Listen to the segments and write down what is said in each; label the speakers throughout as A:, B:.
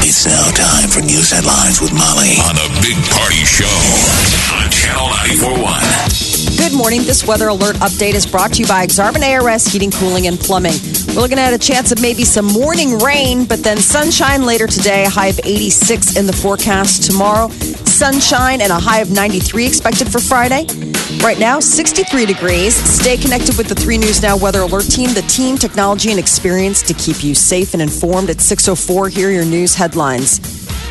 A: It's now time for news headlines with Molly on the Big Party Show on Channel 941.
B: Good morning. This weather alert update is brought to you by Exarban ARS Heating, Cooling, and Plumbing. We're looking at a chance of maybe some morning rain, but then sunshine later today, a high of 86 in the forecast tomorrow. Sunshine and a high of 93 expected for Friday. Right now, 63 degrees. Stay connected with the 3 News Now Weather Alert Team, the team, technology, and experience to keep you safe and informed. At 6.04, here are your news headlines.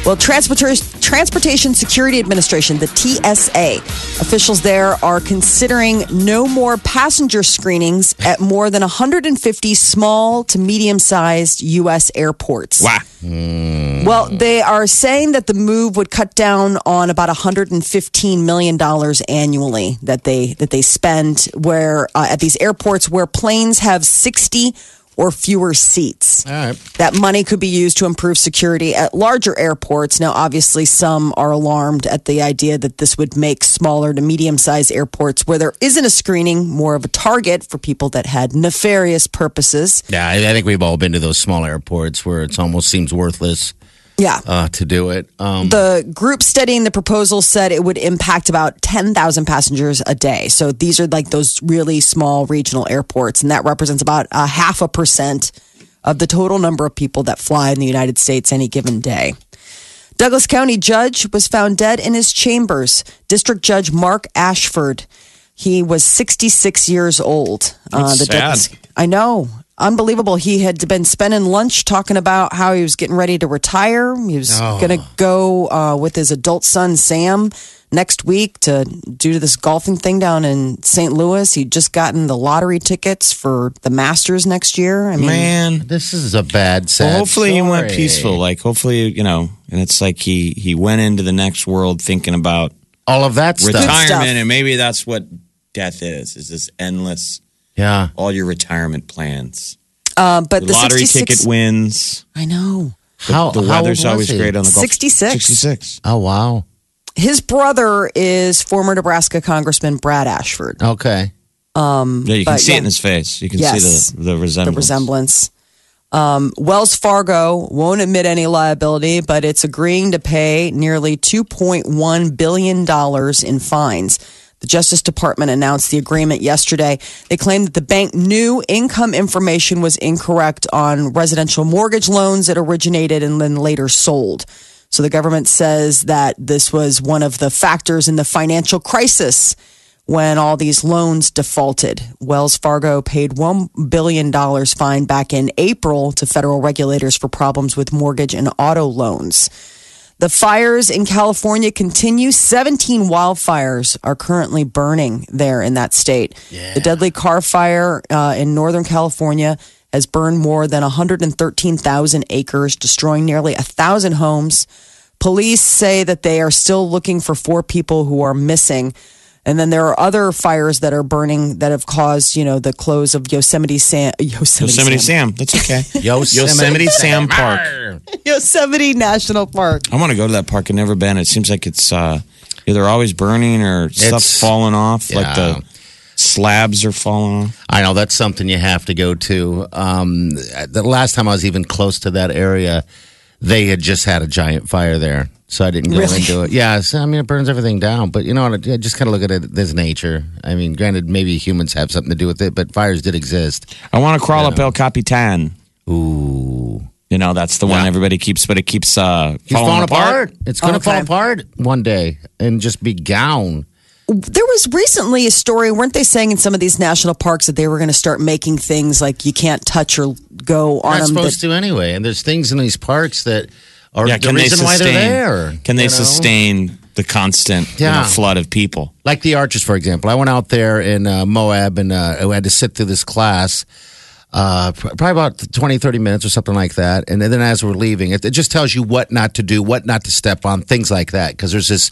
B: Well, Transportation, Transportation Security Administration, the TSA, officials there are considering no more passenger screenings at more than 150 small to medium sized U.S. airports.
C: Wow.
B: Well, they are saying that the move would cut down on about 115 million dollars annually that they that they spend where uh, at these airports where planes have 60 or fewer seats.
C: All right.
B: That money could be used to improve security at larger airports. Now, obviously, some are alarmed at the idea that this would make smaller to medium sized airports where there isn't a screening more of a target for people that had nefarious purposes.
C: Yeah, I, I think we've all been to those small airports where it almost seems worthless
B: Yeah.
C: uh, to do it. Um,
B: The group studying the proposal said it would impact about 10,000 passengers a day. So these are like those really small regional airports, and that represents about a half a percent of the total number of people that fly in the United States any given day. Douglas County judge was found dead in his chambers. District Judge Mark Ashford. He was 66 years old. Uh,
C: That's
B: Douglas-
C: sad.
B: I know. Unbelievable. He had been spending lunch talking about how he was getting ready to retire. He was
C: Oh,
B: going to go uh, with his adult son, Sam, next week to due to this golfing thing down in St. Louis. He'd just gotten the lottery tickets for the Masters next year. I mean,
D: Man.
C: this is a bad, sad.
D: Well, hopefully he went
C: story.
D: peaceful. Like hopefully, you know, and it's like he he went into the next world thinking about
C: All of that stuff.
B: stuff.
D: retirement and maybe that's what death is. Is this endless
C: Yeah.
D: all your retirement plans.
B: uh, but the
D: Lottery
B: 66
D: ticket wins.
B: I know.
D: The,
C: How-
D: the
C: how
D: weather's
C: old
D: always
C: was he?
D: great on the golf.
B: 66.
D: 66.
C: Oh wow.
B: His brother is former Nebraska Congressman Brad Ashford.
C: Okay.
D: Yeah, you can
B: But,
D: see
B: yeah.
D: it in his face. You can
B: Yes.
D: see the, the resemblance.
B: the resemblance. Um, Wells Fargo won't admit any liability, but it's agreeing to pay nearly $2.1 billion in fines. The Justice Department announced the agreement yesterday. They claimed that the bank knew income information was incorrect on residential mortgage loans that originated and then later sold. So the government says that this was one of the factors in the financial crisis when all these loans defaulted. Wells Fargo paid $1 billion fine back in April to federal regulators for problems with mortgage and auto loans. The fires in California continue. 17 wildfires are currently burning there in that state. The deadly car fire uh, in Northern California has burned more than 113,000 acres, destroying nearly 1,000 homes. Police say that they are still looking for four people who are missing. And then there are other fires that are burning that have caused, you know, the close of Yosemite Sam. Yosemite,
D: Yosemite
B: Sam.
D: Sam. That's okay.
C: Yosemite,
D: Yosemite Sam Park.
B: Yosemite National Park.
D: I want to go to that park. I've never been. It seems like it's uh, either always burning or
C: It's-
D: stuff falling off. Like
C: Yeah.
D: the slabs are falling off.
C: I know that's something you have to go to. Um, the last time I was even close to that area, they had just had a giant fire there, so I didn't go
B: Really?
C: into it. Yeah, so, I mean it burns everything down, but you know, what, I just kind of look at it as nature. I mean, granted, maybe humans have something to do with it, but fires did exist.
D: I want to crawl up El Capitan.
C: Ooh,
D: You know, that's the one
C: Yeah.
D: everybody keeps, but it keeps uh, falling,
C: It's falling apart.
D: apart.
C: It's going to
B: Okay.
C: fall apart one day and just be gone.
B: There was recently a story, weren't they saying in some of these national parks that they were going to start making things like you can't touch or go on
C: Not
B: them?
C: supposed to anyway. And there's things in these parks that are
D: Yeah,
C: the
D: can they
C: reason
D: sustain?
C: why they're there.
D: Can they
C: you know?
D: sustain the constant you know,
C: Yeah.
D: flood of people?
C: like the archers, for example. I went out there in uh, Moab and uh, I had to sit through this class uh, pr- probably about 20, 30 minutes or something like that. And then as we're leaving, it, it just tells you what not to do, what not to step on, things like that. Because there's this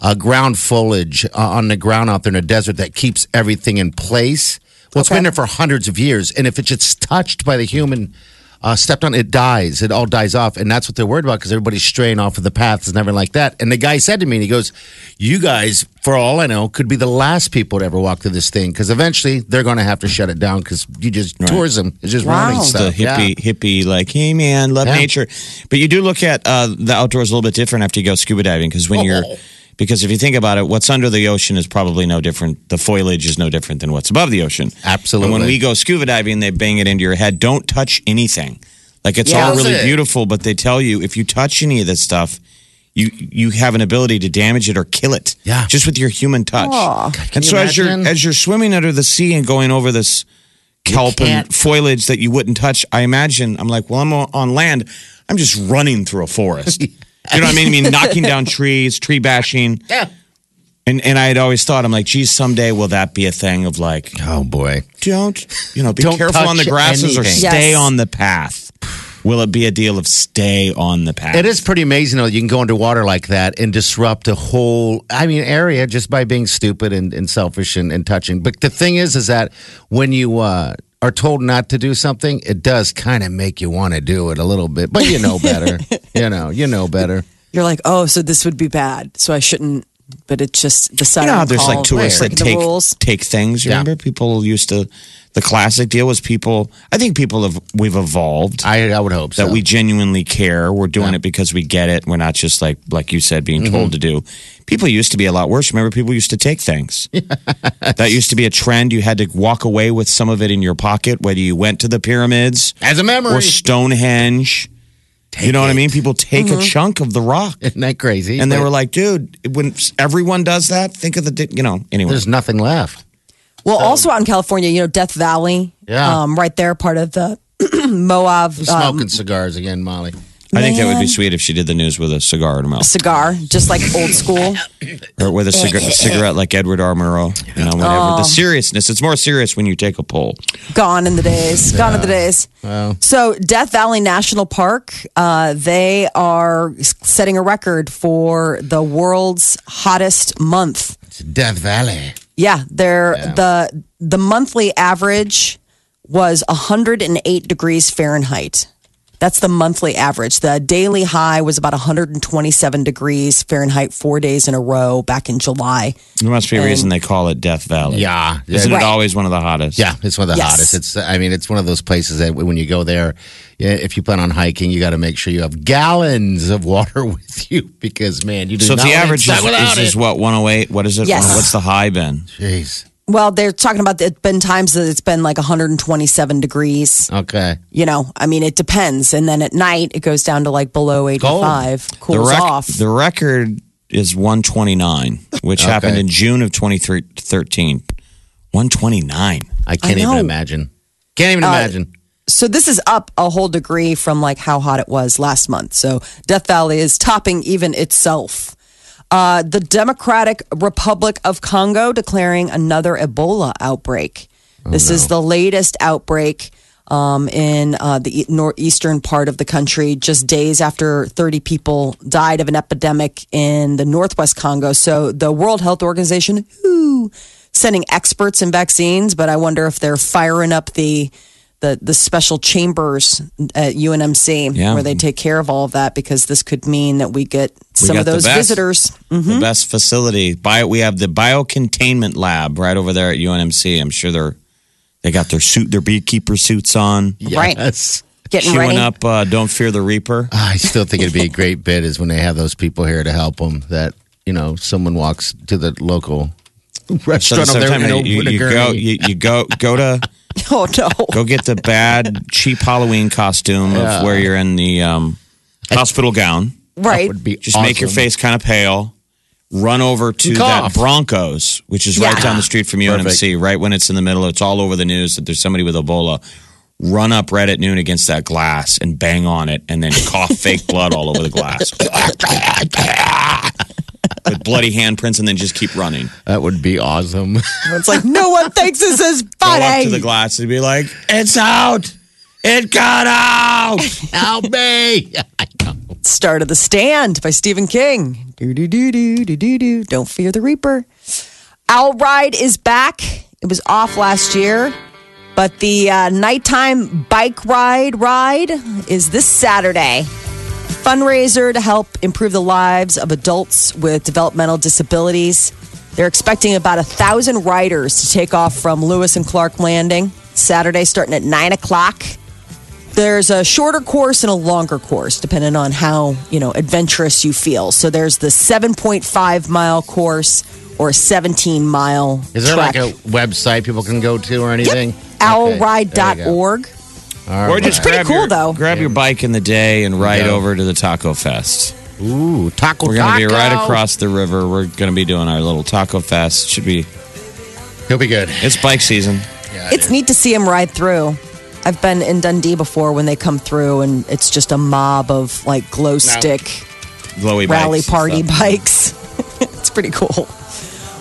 C: uh, ground foliage uh, on the ground out there in the desert that keeps everything in place. Well, it's been there for hundreds of years. And if it gets touched by the human, uh, stepped on, it dies. It all dies off. And that's what they're worried about because everybody's straying off of the paths and everything like that. And the guy said to me, and he goes, You guys, for all I know, could be the last people to ever walk through this thing because eventually they're going to have to shut it down because you just, tourism is just
B: Wow.
C: running
B: It's
C: stuff.
D: the hippie, hippie, like, hey man, love
C: Yeah.
D: nature. But you do look at uh, the outdoors a little bit different after you go scuba diving because when you're,
C: Oh.
D: because if you think about it, what's under the ocean is probably no different. The foliage is no different than what's above the ocean.
C: Absolutely.
D: And when we go scuba diving, they bang it into your head. Don't touch anything. Like it's
C: Yeah.
D: all really
C: How's it?
D: beautiful, but they tell you if you touch any of this stuff, you you have an ability to damage it or kill it.
C: Yeah.
D: Just with your human touch.
B: Ah.
C: you
D: and so as you're
C: imagine?
D: as you're swimming under the sea and going over this kelp and
C: can't.
D: foliage that you wouldn't touch. I imagine I'm like, well, I'm o- on land. I'm just running through a forest. you know what I mean? I mean, knocking down trees, tree bashing.
C: Yeah.
D: And and I had always thought, I'm like, geez, someday will that be a thing of like,
C: Oh, boy.
D: don't you know, be
C: Don't
D: careful on the
C: touch
D: grasses or
C: anything.
D: stay
B: Yes.
D: on the path. Will it be a deal of stay on the path?
C: It is pretty amazing though. You can go underwater like that and disrupt a whole, I mean, area just by being stupid and, and selfish and, and touching. But the thing is, is that when you uh, are told not to do something, it does kind of make you want to do it a little bit. But you know better. you know, you know better.
B: You're like, oh, so this would be bad, so I shouldn't. But it's just the
D: You
B: siren
D: know how there's
B: call,
D: like tourists that
B: breaking the
D: take
B: rules.
D: take things. You
C: Yeah.
D: Remember, people used to. The classic deal was people. I think people have we've evolved.
C: I, I would hope so.
D: that we genuinely care. We're doing it because we get it. We're not just like like you said being told
C: Mm-hmm.
D: to do. People used to be a lot worse. Remember, people used to take things. that used to be a trend. You had to walk away with some of it in your pocket, whether you went to the pyramids
C: as a memory.
D: or Stonehenge. you know what I mean? People take
B: Mm-hmm.
D: a chunk of the rock,
C: Isn't that crazy?
D: and they
C: But
D: were like, "Dude, when everyone does that, think of the di- you know." Anyway,
C: there's nothing left.
B: Well, also out in California, you know, Death Valley,
C: Yeah.
B: um, right there, part of the Moab um,
C: Smoking cigars again, Molly.
D: I think that would
B: man.
D: be sweet if she did the news with a cigar in her mouth
B: uh, cigar, just like old school.
D: or with a cigar- cigarette, like Edward R. Murrow. You know,
B: Oh.
D: whatever. The seriousness. It's more serious when you take a poll.
B: Gone in the days. Gone in the days. So, Death Valley National Park, uh, they are s- setting a record for the world's hottest month.
C: It's Death Valley.
B: Yeah, they're the the monthly average was 108 degrees Fahrenheit. That's the monthly average. The daily high was about 127 degrees Fahrenheit 4 days in a row back in July.
D: There must be a reason they call it Death Valley.
C: Yeah.
D: Isn't
B: Right.
D: it always one of the hottest?
C: Yeah, it's one of the
B: Yes.
C: hottest. It's I mean, it's one of those places that when you go there, yeah, if you plan on hiking, you got to make sure you have gallons of water with you because man, you do
D: So if
C: not
D: the
C: want to
D: average
C: stop
D: is,
C: without
D: is, is
C: it.
D: what, 108? What is it?
B: Yes.
D: What's the high been?
C: Jeez.
B: Well, they're talking about it's been times that it's been like 127 degrees.
C: Okay.
B: You know, I mean, it depends. And then at night, it goes down to like below 85,
D: The,
B: cools
D: rec-
B: off.
D: the record is 129, which happened in June of 2013. 129.
C: I can't even
B: know. Uh,
C: imagine. Can't even imagine.
B: So this is up a whole degree from like how hot it was last month. So Death Valley is topping even itself. Uh, the Democratic Republic of Congo declaring another Ebola outbreak. this is the latest outbreak um, in uh, the e- northeastern part of the country, just days after 30 people died of an epidemic in the northwest Congo. So the World Health Organization, who sending experts in vaccines, but I wonder if they're firing up the the, the special chambers at UNMC
D: Yeah.
B: where they take care of all of that because this could mean that we get
D: We
B: some
D: got
B: of
D: the
B: those
D: best.
B: visitors.
D: The best facility. Bio, we have the biocontainment lab right over there at UNMC. I'm sure they're. They got their suit, their beekeeper suits on.
B: Right.
C: Yes.
B: Getting
D: Chewing
B: ready.
D: up, uh, don't fear the reaper.
C: I still think it'd be a great bit is when they have those people here to help them that, you know, someone walks to the local
D: So
C: restaurant
D: the
C: over there
D: sometime
C: and
D: you,
C: open a
D: you go,
C: gurney.
D: you, you go, go to
B: Oh no.
D: Go get the bad, cheap Halloween costume of where you're in the um, hospital gown.
B: Right.
C: would be
D: Just make your
C: awesome.
D: face kind of pale. Run over to that
C: Cough.
D: Broncos, which is right
B: Yeah.
D: down the street from UNMC, right when it's in the middle. It's all over the news that there's somebody with Ebola. Run up right at noon against that glass and bang on it, and then cough fake blood all over the glass. Good bloody handprints and then just keep running.
C: That would be awesome.
B: It's like no one thinks this is
D: Go up
B: funny.
D: to the glass and be like, "It's out! It got out!"
C: Help me. I know.
B: Start of the Stand by Stephen King. Do do do do do do do. Don't fear the Reaper. Owl Ride is back. It was off last year, but the uh, nighttime bike ride ride is this Saturday. Fundraiser to help improve the lives of adults with developmental disabilities. They're expecting about a thousand riders to take off from Lewis and Clark Landing Saturday, starting at nine o'clock there's a shorter course and a longer course depending on how you know adventurous you feel so there's the 7.5 mile course or 17 mile
C: Is there
B: trek.
C: like a website people can go to or anything?
B: yep.
C: Okay, there you go.
B: owlride.org
C: All
D: Or
C: right.
D: just
B: pretty
D: grab
B: cool,
D: your,
B: though.
D: Grab your bike in the day and ride
C: Yeah.
D: over to the Taco Fest.
C: Ooh, taco.
D: We're gonna be
C: taco.
D: right across the river. We're gonna be doing our little Taco Fest. Should be
C: He'll be good.
D: it's bike season.
B: it's neat to see him ride through i've been in dundee before when they come through and it's just a mob of like glow stick
D: Glowy
B: rally
D: bikes and
B: party
D: stuff.
B: bikes. it's pretty cool.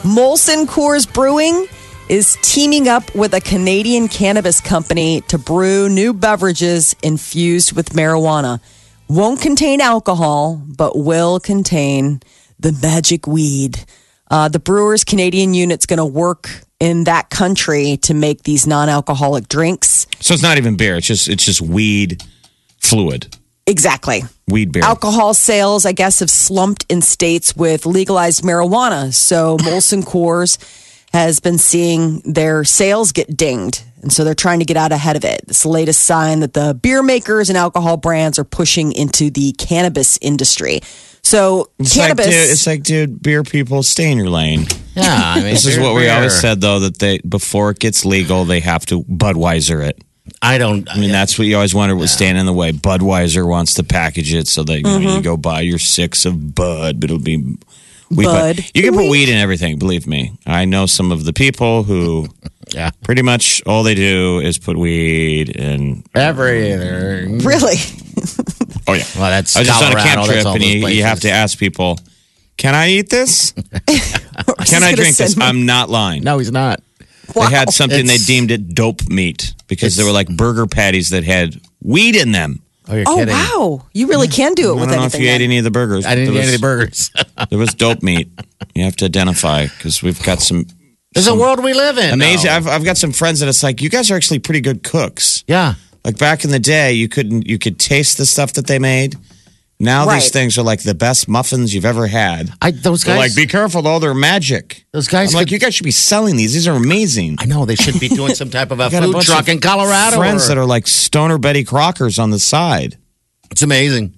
B: Molson Coors Brewing is teaming up with a Canadian cannabis company to brew new beverages infused with marijuana. Won't contain alcohol, but will contain the magic weed. Uh, the brewer's Canadian unit's going to work in that country to make these non alcoholic drinks.
D: So it's not even beer. It's just it's just weed fluid.
B: Exactly.
D: Weed beer.
B: Alcohol sales, I guess, have slumped in states with legalized marijuana. So Molson Coors has been seeing their sales get dinged. And so they're trying to get out ahead of it. It's the latest sign that the beer makers and alcohol brands are pushing into the cannabis industry. So
D: It's
B: cannabis.
D: like, dude, it's like, dude, beer people, stay in your lane.
C: Yeah, I mean,
D: This is
C: beer,
D: what we
C: beer.
D: always said, though, that they before it gets legal, they have to Budweiser it.
C: I don't.
D: I mean, that's what you always wondered was standing in the way. Budweiser wants to package it so that you, know,
C: Mm-hmm.
D: you go buy your six of Bud, but it'll be weed.
B: Bud.
D: You can put weed in everything, believe me. I know some of the people who
C: Yeah.
D: pretty much all they do is put weed in.
C: everything.
B: really?
D: Oh, yeah.
C: Well, that's
D: I was just
C: Colorado.
D: on a camp
C: that's
D: trip,
C: all
D: and
C: those
D: you, you have to
C: places.
D: ask people, can I eat this? Can I
B: gonna
D: drink this?
B: send me-
D: I'm not lying.
C: No, he's not.
B: Wow.
D: They had something they
C: It's-
D: deemed it dope meat because they were like burger patties that had weed in them.
C: Oh, you're
B: Oh,
C: kidding.
B: wow. You really can do it
D: I
B: with
D: don't know if
B: anything.
D: you ate
B: then.
D: any of the burgers.
C: I
D: but
C: didn't
D: there
C: get any
D: was-
C: burgers.
D: There was dope meat. You have to identify because we've got some Oh.
C: There's a world we live in.
D: amazing.
C: now.
D: I've, I've got some friends that it's like you guys are actually pretty good cooks.
C: Yeah.
D: Like back in the day, you couldn't you could taste the stuff that they made. Now these
B: Right.
D: things are like the best muffins you've ever had.
C: I those
D: They're
C: guys.
D: like be careful though, they're magic.
C: those guys.
D: I'm like
C: could-
D: you guys should be selling these. These are amazing.
C: I know they should be doing some type of a
D: Got a
C: food
D: bunch
C: truck
D: of
C: in Colorado.
D: Friends
C: or-
D: that are like stoner Betty Crockers on the side.
C: It's amazing.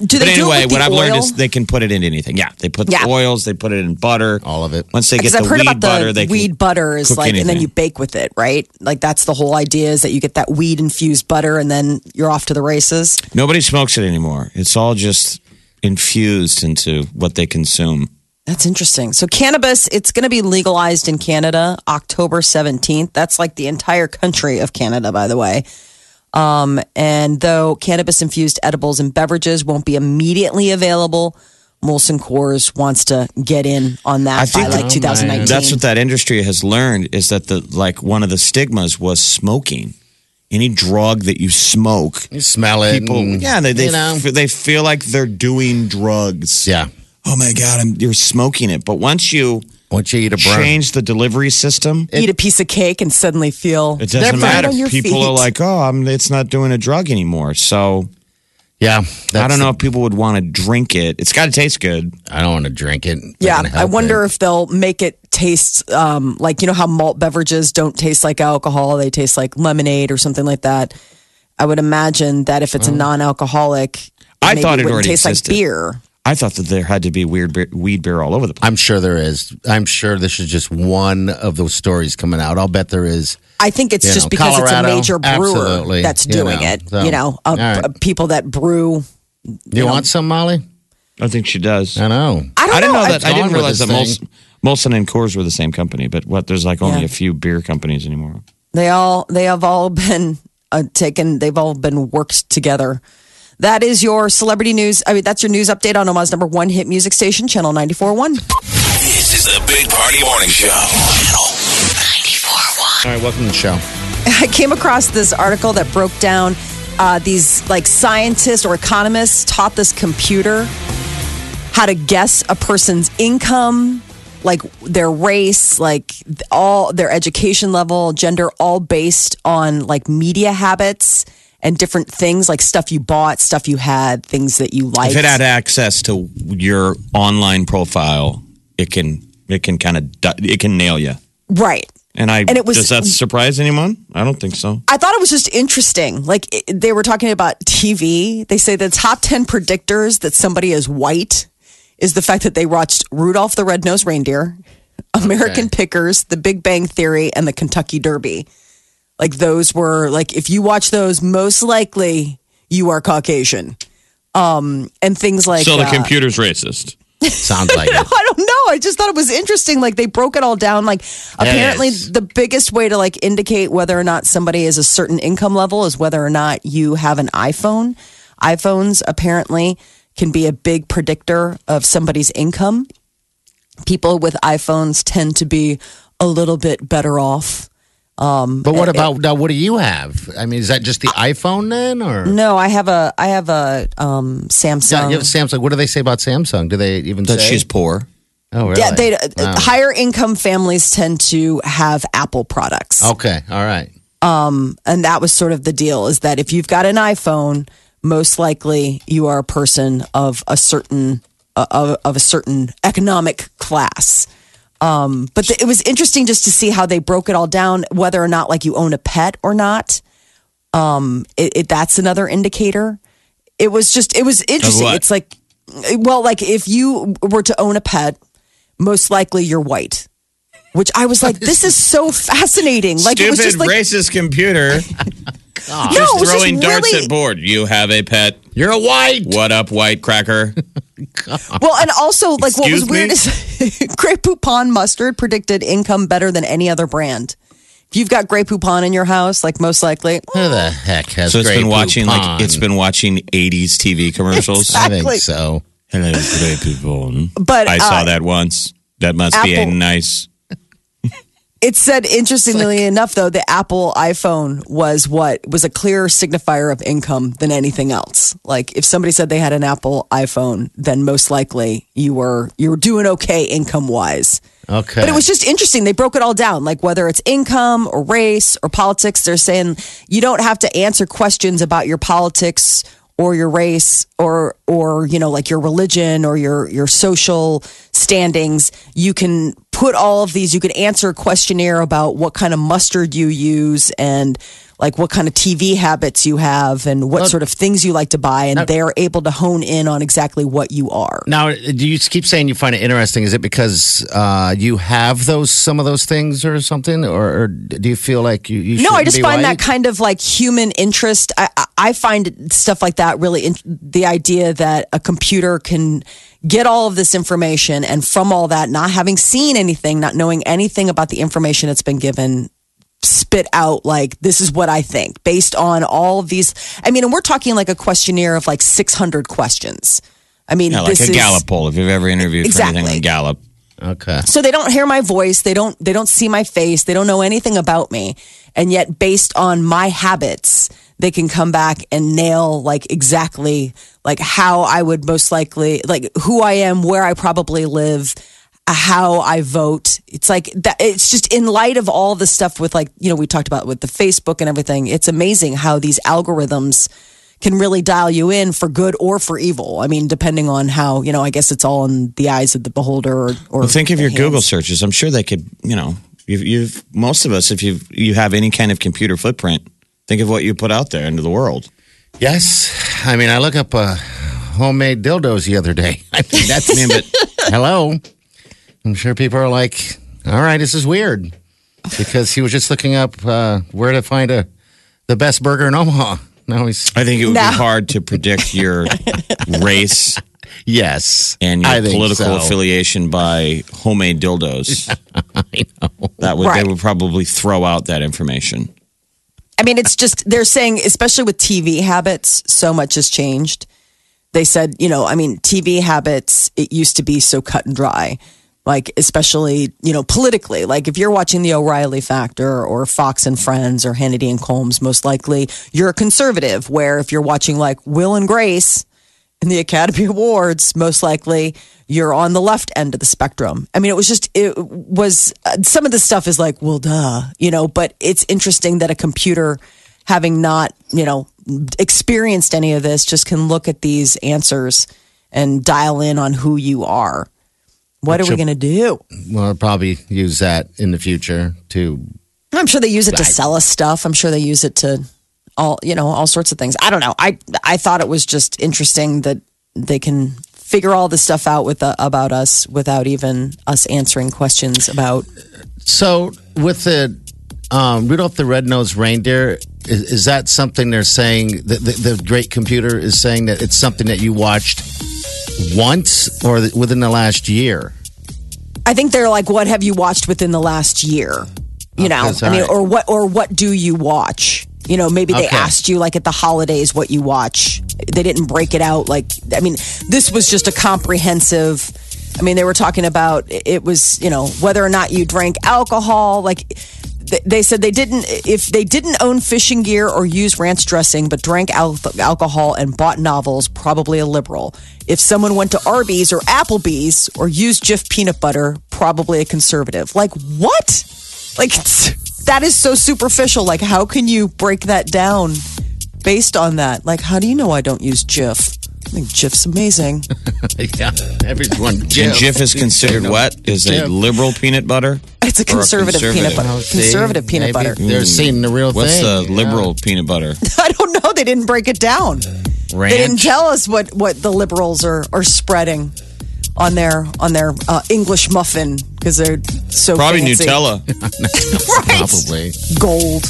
B: Do they
D: but
B: do it
D: anyway,
B: with
D: what
B: the
D: I've learned
B: oil?
D: is they can put it in anything. Yeah, they put
B: Yeah.
D: the oils, they put it in butter,
C: All of it.
D: Once they get
B: Because
D: the
B: I've heard
D: weed
B: about the
D: butter, they
B: weed
D: can
B: butter is
D: cook
B: like, and then you
D: anything.
B: bake with it, right? Like that's the whole idea is that you get that weed infused butter, and then you're off to the races.
D: Nobody smokes it anymore. It's all just infused into what they consume.
B: That's interesting. So cannabis, it's going to be legalized in Canada October 17th. That's like the entire country of Canada, by the way. Um, and though cannabis infused edibles and beverages won't be immediately available, Molson Coors wants to get in on that
D: I think
B: by like
D: that-
B: 2019.
D: That's what that industry has learned is that the like one of the stigmas was smoking. Any drug that you smoke,
C: You smell it.
D: people
C: and,
D: yeah they they,
C: you know.
D: f- they feel like they're doing drugs.
C: yeah.
D: Oh my god, I'm, you're smoking it. But once you
C: Once you eat a brown,
D: change the delivery system,
B: Eat a piece of cake and suddenly feel
D: it doesn't
C: Different.
D: matter.
B: On your
D: People are
B: feet.
D: like, oh, I'm, it's not doing a drug anymore. So
C: yeah.
D: I don't
C: that's-
D: know if people would want to drink it. It's got to taste good.
C: I don't want to drink it.
B: Yeah,
C: Doesn't
B: I
C: help
B: wonder
C: it.
B: if they'll make it taste um, like you know how malt beverages don't taste like alcohol; they taste like lemonade or something like that. I would imagine that if it's a non-alcoholic, it
D: I
B: maybe
D: thought it
B: wouldn't
D: already
B: taste
D: existed.
B: like beer.
D: I thought that there had to be weird beer, weed beer all over the place.
C: I'm sure there is. I'm sure this is just one of those stories coming out. I'll bet there is.
B: I think it's
C: You
B: just
C: know,
B: because it's a
C: Colorado,
B: major brewer
C: absolutely,
B: that's
C: you
B: doing
C: know,
B: it.
C: so,
B: you know, uh,
C: all right.
B: uh, people that brew.
C: Do you want some, Molly?
D: I think she does.
C: I know.
B: I don't
D: I didn't know
B: know.
D: that. I
C: I've gone
D: didn't
C: with
D: realize
C: this
D: that Molson, Molson and Coors were the same company. But what? There's like only
B: Yeah.
D: a few beer companies anymore.
B: They all they have all been uh, taken. They've all been worked together. That is your celebrity news. I mean, that's your news update on Omaha's number one hit music station, Channel 94.1.
A: This is the Big Party Morning Show. Channel 94.1.
C: All right, welcome to the show.
B: I came across this article that broke down uh, these like scientists or economists taught this computer how to guess a person's income, like their race, like th- all their education level, gender, all based on like media habits and different things, like stuff you bought, stuff you had, things that you liked.
D: If it had access to your online profile, it can it can kind of it can nail you.
B: right.
D: And I
B: And it was-
D: does that surprise anyone? I don't think so.
B: I thought it was just interesting. Like it, they were talking about TV. They say the top 10 predictors that somebody is white is the fact that they watched Rudolph the Red-Nosed Reindeer, American Pickers, The Big Bang Theory, and the Kentucky Derby. Like those were like if you watch those, most likely you are Caucasian. Um, and things like
D: so the
B: uh,
D: computer's racist.
C: Sounds like it.
B: I don't know. I just thought it was interesting. Like they broke it all down. Like apparently,
C: Yes.
B: the biggest way to like indicate whether or not somebody is a certain income level is whether or not you have an iPhone. iPhones apparently can be a big predictor of somebody's income. People with iPhones tend to be a little bit better off.
C: But what about now? What do you have? I mean, is that just the iPhone then, or
B: No, I have a I have a um, Samsung.
C: Yeah, you have Samsung? What do they say about Samsung? Do they even
D: That
C: say
D: she's poor.
C: Oh, really?
B: yeah, they uh,
C: Wow.
B: higher income families tend to have Apple products.
C: Okay, all right.
B: and that was sort of the deal is that if you've got an iphone most likely you are a person of a certain uh, of, of a certain economic class um, but the, it was interesting just to see how they broke it all down whether or not like you own a pet or not um, it, it, that's another indicator it was just it was interesting
D: what?
B: it's like well like if you were to own a pet most likely you're white which i was like this is so fascinating like it was just like
D: racist computer
B: no, it was
D: throwing
B: just
D: darts
B: really,
D: at board. You have a pet.
C: You're a white.
D: What up, white cracker?
B: Well, and also like what was
D: Excuse
B: weird
D: me?
B: is Grey Poupon mustard predicted income better than any other brand. If you've got Grey Poupon in your house, like most likely,
C: Who the heck has?
D: So it's
C: Grey
D: been watching
C: Poupon?
D: like it's been watching '80s
B: uh,
D: TV commercials.
C: I think
B: Exactly.
C: so.
D: Hello, Grey Poupon.
B: But,
D: I saw
B: uh,
D: that once. That must be a
B: Apple-
D: nice.
B: it said interestingly enough though the Apple iPhone was what was a clearer signifier of income than anything else. Like if somebody said they had an Apple iPhone, then most likely you were you were doing okay income wise.
C: Okay,
B: But it was just interesting. They broke it all down, like whether it's income or race or politics. They're saying you don't have to answer questions about your politics or your race or or you know like your religion or your your social standings. You can put all of these. You can answer a questionnaire about what kind of mustard you use and like what kind of TV habits you have and what sort of things you like to buy, and they are able to hone in on exactly what you are.
C: Now, do you keep saying you find it interesting? Is it because uh, you have those some of those things or something, or, or do you feel like you? you
B: No, I
C: shouldn't
B: just
C: be
B: find that
C: white?
B: kind of like human interest. I, I, I find stuff like that really in, the idea that a computer can get all of this information and from all that, not having seen anything, not knowing anything about the information it's been given, spit out like this is what I think based on all of these. I mean, and we're talking like a questionnaire of like six hundred questions. I mean,
D: Yeah, like
B: this
D: a
B: is,
D: Gallup poll. If you've ever interviewed for anything
B: Exactly.
D: on Gallup,
C: Okay,
B: so they don't hear my voice they don't they don't see my face they don't know anything about me and yet based on my habits they can come back and nail like exactly like how i would most likely like who i am where i probably live uh, how i vote it's like that it's just in light of all the stuff with like you know we talked about with the facebook and everything it's amazing how these algorithms can really dial you in for good or for evil. I mean, depending on how, you know, I guess it's all in the eyes of the beholder or, or
D: well, think of
B: the
D: your
B: hands.
D: Google searches. I'm sure they could. You know, you've, you've most of us, if you you have any kind of computer footprint, think of what you put out there into the world.
C: yes. I mean, I look up uh, homemade dildos the other day. I mean, that's me, but hello. I'm sure people are like, "All right, this is weird," because he was just looking up uh, where to find a the best burger in Omaha. Now he's
D: I think it would
B: No.
D: be hard to predict your race
C: yes,
D: and your
C: I think
D: political
C: so.
D: affiliation by homemade dildos. That would they
B: Right.
D: would probably throw out that information.
B: I mean, it's just, they're saying, especially with TV habits, so much has changed. They said, you know, I mean, TV habits, it used to be so cut and dry. Like, especially, you know, politically, like if you're watching The O'Reilly Factor or Fox and Friends or Hannity and Combs, most likely you're a conservative. Where if you're watching like Will and Grace, in the Academy Awards, most likely you're on the left end of the spectrum. I mean, it was just, it was, uh, some of the stuff is like, well, duh, you know, but it's interesting that a computer, having not, you know, experienced any of this, just can look at these answers and dial in on who you are. What are we going to do?
C: Well, I'll probably use that in the future to
B: I'm sure they use it to sell us stuff. I'm sure they use it to all you know all sorts of things. I don't know. I I thought it was just interesting that they can figure all this stuff out with uh, about us without even us answering questions about.
C: So with the um, Rudolph the Red-Nosed Reindeer, is, is that something they're saying? The, the, the great computer is saying that it's something that you watched once or th- within the last year.
B: I think they're like, what have you watched within the last year? You know,
C: that's
B: I mean,
C: all right.
B: or what or what do you watch? You know, maybe they
C: Okay.
B: asked you like at the holidays what you watch. They didn't break it out like I mean, this was just a comprehensive I mean, they were talking about it was, you know, whether or not you drank alcohol, like th- they said they didn't if they didn't own fishing gear or use ranch dressing but drank al- alcohol and bought novels probably a liberal if someone went to arby's or applebee's or used jif peanut butter probably a conservative like what like it's, that is so superficial like how can you break that down based on that like how do you know i don't use jif i think jif's amazing
C: yeah, everyone.
D: And Jif is considered what? Is a
C: Jif.
D: liberal peanut butter?
B: it's a
D: Or a
B: conservative, peanut
D: conservative.
B: butter conservative peanut butter
C: They're seeing the real
D: Hmm. What's
C: thing.
D: the
C: yeah.
D: liberal peanut butter?
B: i don't know they didn't break it down They didn't
D: Uh, Ranch?
B: tell us what what the liberals are are spreading on their on their uh, English muffin because they're so
D: Probably
B: fancy.
D: Nutella.
B: right?
C: Probably.
B: Gold.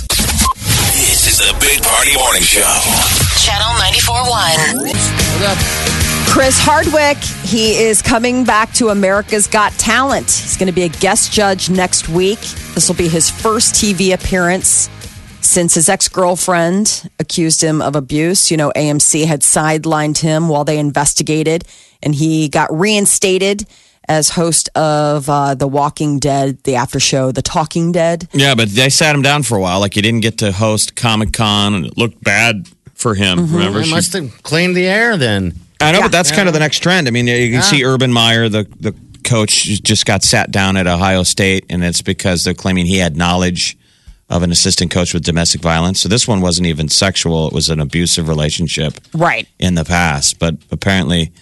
A: This is the Big Party Morning Show.
E: Channel 941.
B: Chris Hardwick, he is coming back to America's Got Talent. He's going to be a guest judge next week. This will be his first TV appearance since his ex girlfriend accused him of abuse. You know, AMC had sidelined him while they investigated, and he got reinstated as host of uh, The Walking Dead, the after show, The Talking Dead.
D: Yeah, but they sat him down for a while. Like he didn't get to host Comic Con, and it looked bad for him. Remember?
C: They
D: She-
C: Mm-hmm. must have cleaned the air then.
D: I know, but that's kind of the next trend. I mean, you can see Urban Meyer, the the coach, just got sat down at Ohio State, and it's because they're claiming he had knowledge of an assistant coach with domestic violence. So this one wasn't even sexual; it was an abusive relationship
B: Right.
D: in the past. But apparently,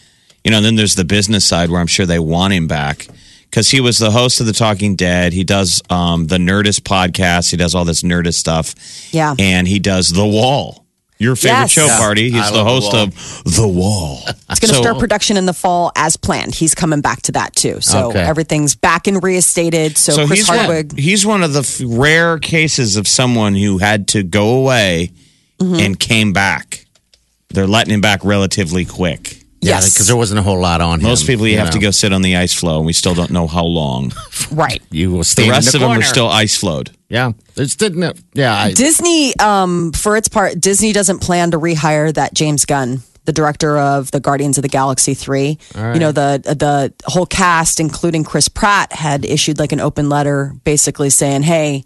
D: you know, then there's the business side where I'm sure they want him back because he was the host of The Talking Dead. He does um, the Nerdist podcast. He does all this Nerdist stuff.
B: Yeah.
D: and he does The Wall. Your favorite
B: Yes.
D: show
B: Yeah.
D: party. He's
C: I
D: the
C: love The
D: host of The Wall.
B: It's going to start production in the fall as planned. He's coming back to that too. So
C: Okay.
B: everything's back and reinstated. So, Chris
D: he's
B: Hardwick.
D: One, he's one of the f- rare cases of someone who had to go away
B: Mm-hmm.
D: and came back. They're letting him back relatively quick.
C: Yeah,
B: Yes.
C: because there wasn't a whole lot on him.
D: Most people, you, have
C: know.
D: to go sit on the ice floe, and we still don't know how long.
B: Right.
C: You will
D: The
C: stand
D: rest
C: in
D: of them
C: corner.
D: are still ice flowed.
C: Yeah, it's didn't. Yeah, I,
B: Disney, um, for its part, Disney doesn't plan to rehire that James Gunn, the director of the Guardians of the Galaxy three. You know the the whole cast, including Chris Pratt, had issued like an open letter, basically saying, "Hey,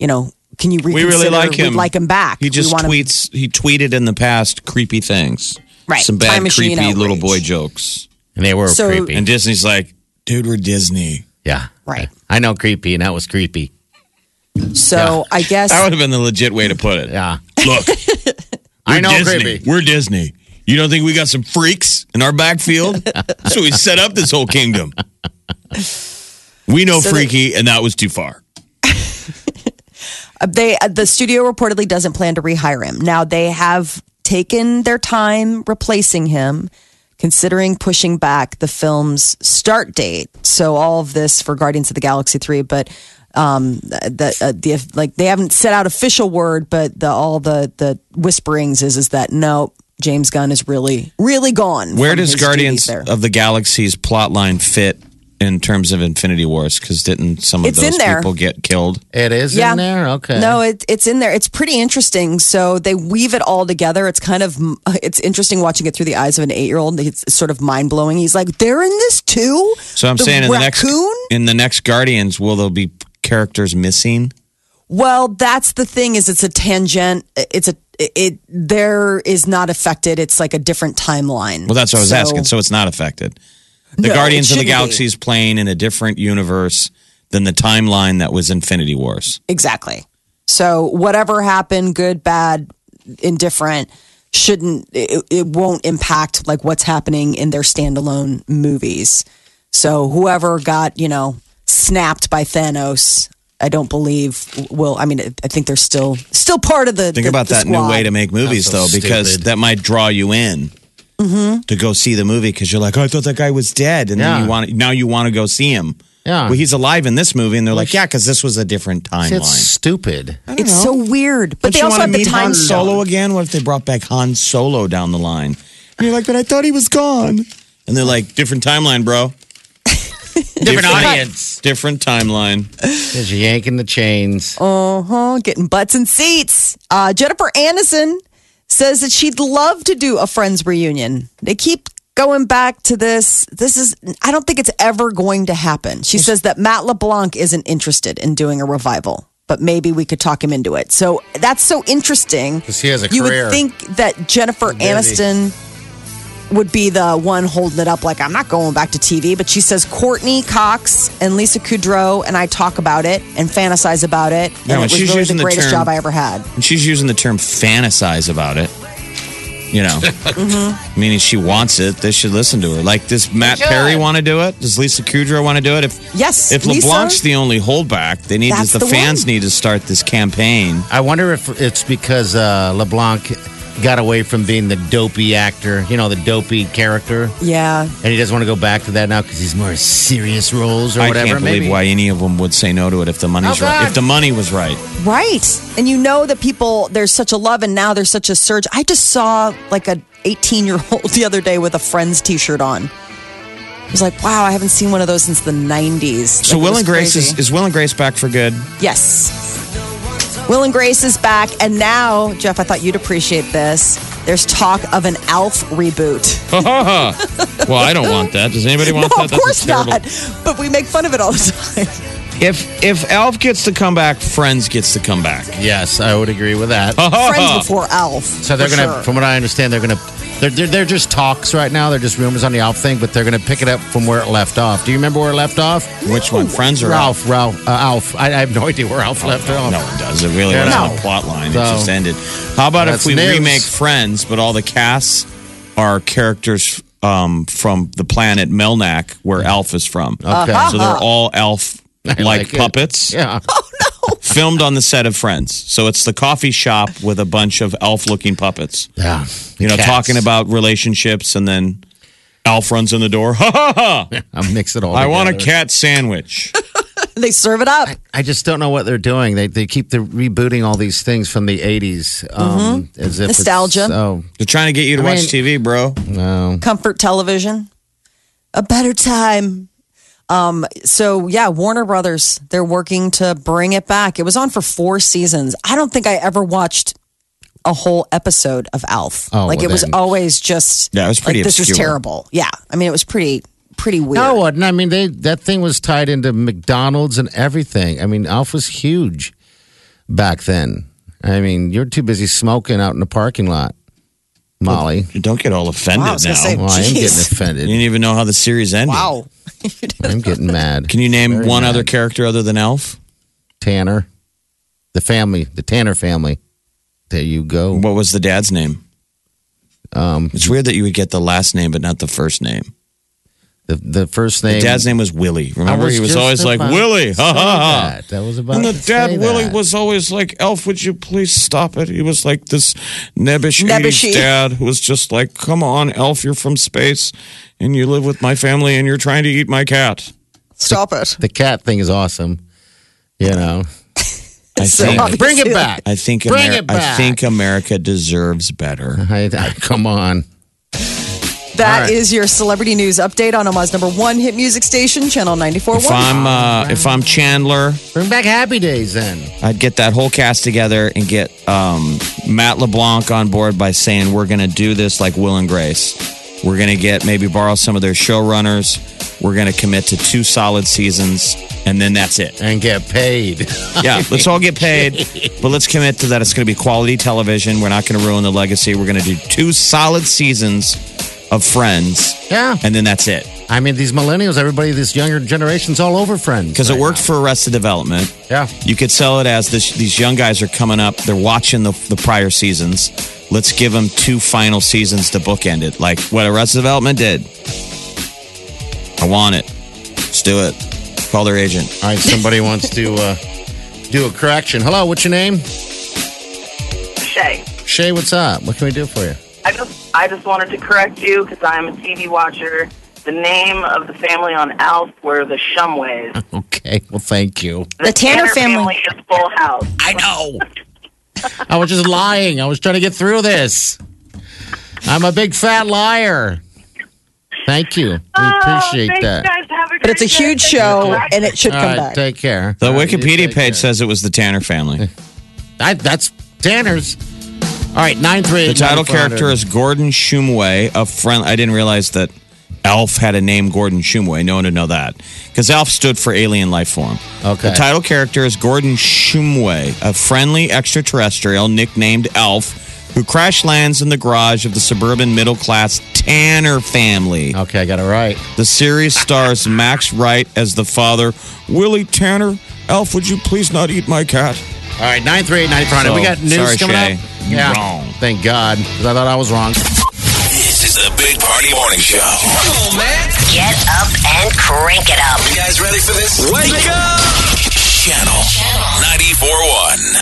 B: you know, can you
D: We
B: reconsider?
D: really like him.
B: We'd like him back.
D: He just
B: we want him-
D: tweets. He tweeted in the past creepy things.
B: Right.
D: Some bad
B: Time machine
D: creepy little boy
B: outrage.
D: jokes.
C: and they were
B: So-
C: creepy.
D: And Disney's like, dude, we're Disney.
C: yeah,
B: Right.
C: I know creepy, and that was creepy.
B: So I guess
D: That would have been the legit way to put it.
C: Yeah,
D: Look,
C: I know
D: Disney.
C: creepy.
D: We're Disney. You don't think we got some freaks in our backfield? so we set up this whole kingdom. We know freaky, and that was too far.
B: Uh, they uh, the studio reportedly doesn't plan to rehire him. Now they have taken their time replacing him, considering pushing back the film's start date. So all of this for Guardians of the Galaxy three, but um the, uh, the like they haven't set out official word, but the all the the whisperings is is that no. James Gunn is really, really gone.
D: Where
B: from
D: does
B: his duties
D: Guardians
B: there.
D: of the Galaxy's plot line fit in terms of Infinity Wars? Because didn't some of
B: It's
D: those
B: in there.
D: people get killed?
C: It is
B: Yeah.
C: in there. Okay.
B: No, it, it's in there. It's pretty interesting. So they weave it all together. It's kind of uh, it's interesting watching it through the eyes of an eight year old. It's sort of mind blowing. He's like, they're in this too.
D: So I'm
B: The
D: saying in the next
B: raccoon?
D: in the next Guardians, will there be characters missing?
B: Well, that's the thing is it's a tangent. It's a it there is not affected. It's like a different timeline.
D: Well, that's what I was
B: So-
D: asking. So it's not affected. The
B: No,
D: Guardians
B: it
D: of the
B: shouldn't
D: Galaxy is playing in a different universe than the timeline that was Infinity Wars.
B: Exactly. So whatever happened, good, bad, indifferent, shouldn't it, it won't impact like what's happening in their standalone movies. So whoever got you know snapped by Thanos, I don't believe will. I mean, I think they're still still part of the.
D: Think
B: the-
D: about
B: the
D: that new
B: squad.
D: way to make movies,
C: so
D: though, because
C: stupid.
D: that might draw you in to go see the movie because you're like, oh, I thought that guy was dead, and then
C: Yeah.
D: you want now you want to go see him.
C: Yeah.
D: well, he's alive in this movie, and they're like, yeah, because this was a different timeline.
C: It's stupid.
B: It's so weird, but
D: Don't
B: they
D: you
B: also
D: wanna
B: have the
D: meet
B: time
D: Han Solo
B: zone.
D: again. What if they brought back Han Solo down the line? And you're like, but I thought he was gone. And they're like, different timeline, bro.
C: Different audience.
D: Different timeline.
C: Because you're yanking the chains.
B: Uh-huh, getting butts and seats. Uh, Jennifer Aniston says that she'd love to do a Friends reunion. They keep going back to this. This is, I don't think it's ever going to happen. She says that Matt LeBlanc isn't interested in doing a revival, but maybe we could talk him into it. So that's so interesting.
C: 'Cause he has a
B: You
C: career.
B: would think that Jennifer
C: busy.
B: Aniston would be the one holding it up like I'm not going back to TV, but she says Courtney Cox and Lisa Kudrow and I talk about it and fantasize about it. And
D: Yeah,
B: it
D: when
B: was
D: she's
B: really the
D: using the
B: greatest
D: term-
B: job I ever had.
D: And she's using the term fantasize about it. You know, Mm-hmm. meaning she wants it. They should listen to her. Like, does Matt Perry want to do it? Does Lisa Kudrow want to do it? If
B: Yes,
D: if
B: Lisa.
D: LeBlanc's the only holdback, they need
B: That's
D: the,
B: the
D: fans
B: one.
D: need to start this campaign.
C: I wonder if it's because uh, LeBlanc got away from being the dopey actor, you know, the dopey character,
B: Yeah.
C: and he doesn't want to go back to that now because he's more serious roles or
D: I
C: whatever.
D: can't believe
C: Maybe.
D: why any of them would say no to it if the money's
C: Oh,
D: right.
C: God.
D: If the money was right,
B: Right. And you know that people there's such a love and now there's such a surge. I just saw like a 18 year old the other day with a friend's t shirt on. I was like, wow, I haven't seen one of those since the 90s. Like,
D: so
B: it
D: Will
B: was
D: and Grace
B: crazy.
D: is, is Will and Grace back for good.
B: Yes. Will and Grace is back. And now, Jeff, I thought you'd appreciate this. There's talk of an ALF reboot.
D: Well, Oh, I don't want that. Does anybody
B: no,
D: want that?
B: of course
D: That's a
B: not.
D: terrible-
B: But we make fun of it all the time.
D: If if Elf gets to come back, Friends gets to come back.
C: Yes, I would agree with that.
D: Oh.
B: Friends before ALF.
C: So they're
B: for
C: gonna,
B: sure.
C: from what I understand, they're gonna, they're, they're they're just talks right now. They're just rumors on the Alf thing, but they're gonna pick it up from where it left off. Do you remember where it left off?
D: Which one, Friends or Elf?
C: Ralph, Ralph, uh, Alf. I, I have no idea where Alf left off.
D: Oh, No one does. It really
C: Yeah,
D: wasn't
C: no.
D: a plot line. it
C: So-
D: just ended. How about if
C: That's
D: we
C: news.
D: remake Friends, but all the casts are characters um, from the planet Melnack, where Alf is from?
C: Okay.
D: So they're all Alf like
C: like it.
D: puppets
C: Yeah.
D: filmed on the set of Friends. So it's the coffee shop with a bunch of Alf looking puppets.
C: Yeah.
D: You know,
C: Cats.
D: talking about relationships, and then Alf runs in the door. Ha ha ha!
C: I'll mix it all.
D: I want a
C: together.
D: cat sandwich.
B: They serve it up.
C: I just don't know what they're doing. They they keep the rebooting all these things from the '80s, um, as if
B: Mm-hmm. Nostalgia.
C: Oh
D: They're trying to get you to
C: I
D: watch TV, bro.
C: no.
B: Comfort television. A better time. Um, so yeah, Warner Brothers, they're working to bring it back. It was on for four seasons. I don't think I ever watched a whole episode of Alf.
C: Oh,
B: like
C: well
B: it was
C: then.
B: always just
D: Yeah, it was pretty
B: like, this was
D: obscure.
B: terrible. Yeah. I mean it was pretty pretty weird.
C: No, it wasn't. I mean, they that thing was tied into McDonald's and everything. I mean, Alf was huge back then. I mean, you're too busy smoking out in the parking lot, Molly.
D: Don't get all offended
B: Wow, I was
D: now.
B: gonna say-
C: Well, I am
B: Oh, Jeez.
C: getting
D: You didn't
C: offended.
D: even know how the series ended.
B: Wow.
C: I'm getting mad.
D: Can you name
C: Very
D: one
C: mad.
D: other character other than Elf?
C: Tanner, the family, the Tanner family. There you go.
D: What was the dad's name? Um, it's weird that you would get the last name but not the first name.
C: The the first
D: The
C: name.
D: dad's name was Willie.
C: I
D: Remember, he was
C: just
D: always like
C: about to
D: Willie. Ha ha
C: say
D: ha.
C: That. that was about.
D: And the
C: to say
D: dad Willie
C: that.
D: was always like, "Elf, would you please stop it?" He was like this nebbish, 80s
B: Nebbishy.
D: dad who was just like, "Come on, Elf, you're from space, and you live with my family, and you're trying to eat my cat."
B: Stop it.
C: the cat thing is awesome. You know,
D: I
B: So
D: think,
B: obvious.
C: bring it back.
D: I think,
C: bring
D: Ameri-
C: it back.
D: I think America deserves better.
C: I, I- come on.
B: That is
C: All right.
B: your celebrity news update on Omaha's number one hit music station, Channel 94.1.
D: If I'm uh, if I'm Chandler,
C: Bring back happy days then.
D: I'd get that whole cast together and get um, Matt LeBlanc on board by saying we're going to do this like Will and Grace. We're going to get maybe borrow some of their showrunners. We're going to commit to two solid seasons, and then that's it.
C: And get paid.
D: Yeah, let's all get paid, but let's commit to that. It's going to be quality television. We're not going to ruin the legacy. We're going to do two solid seasons of Friends,
C: Yeah.
D: and then that's it.
C: I mean, these millennials, everybody, this younger generation's all over friends.
D: Because
C: right
D: it worked for Arrested Development.
C: now. Yeah.
D: You could sell it as this, these young guys are coming up. They're watching the, the prior seasons. Let's give them two final seasons to bookend it, like what Arrested Development did. I want it. Let's do it. Call their agent.
C: All right, somebody wants to uh, do a correction. Hello, what's your name?
F: Shay,
C: Shay, what's up? What can we do for you?
F: I just I just wanted to correct you because I'm a TV watcher. The name of the family on Alf were the Shumways.
C: Okay, well, thank you.
F: The,
G: Tanner family.
F: is Full House.
C: I know. I was just lying. I was trying to get through this. I'm a big fat liar. Thank you. We
F: Oh,
C: appreciate that.
B: but it's a huge show, and it should
C: All
B: come
C: right,
B: back.
C: take care.
D: The
C: All right, you
D: Wikipedia
C: take
D: page
C: care.
D: says it was the Tanner family.
C: I, that's Tanner's. All right, nine three.
D: The title character is Gordon Shumway, a friend. I didn't realize that Alf had a name, Gordon Shumway. No one would know that because Alf stood for alien life form.
C: Okay.
D: The title character is Gordon Shumway, a friendly extraterrestrial nicknamed Alf, who crash lands in the garage of the suburban middle class Tanner family.
C: Okay, I got it right.
D: The series stars Max Wright as the father, Willie Tanner. Alf, would you please not eat my cat?
C: All right, nine three eight ninety five.
D: So,
C: We got news
D: sorry,
C: coming
D: Shay.
C: up. Yeah.
D: Wrong.
C: Thank God, because I thought I was wrong.
A: This is the Big Party Morning Show. Come on, man.
E: Get up and crank it up.
A: You guys ready for this? Wake up! Channel 94.1.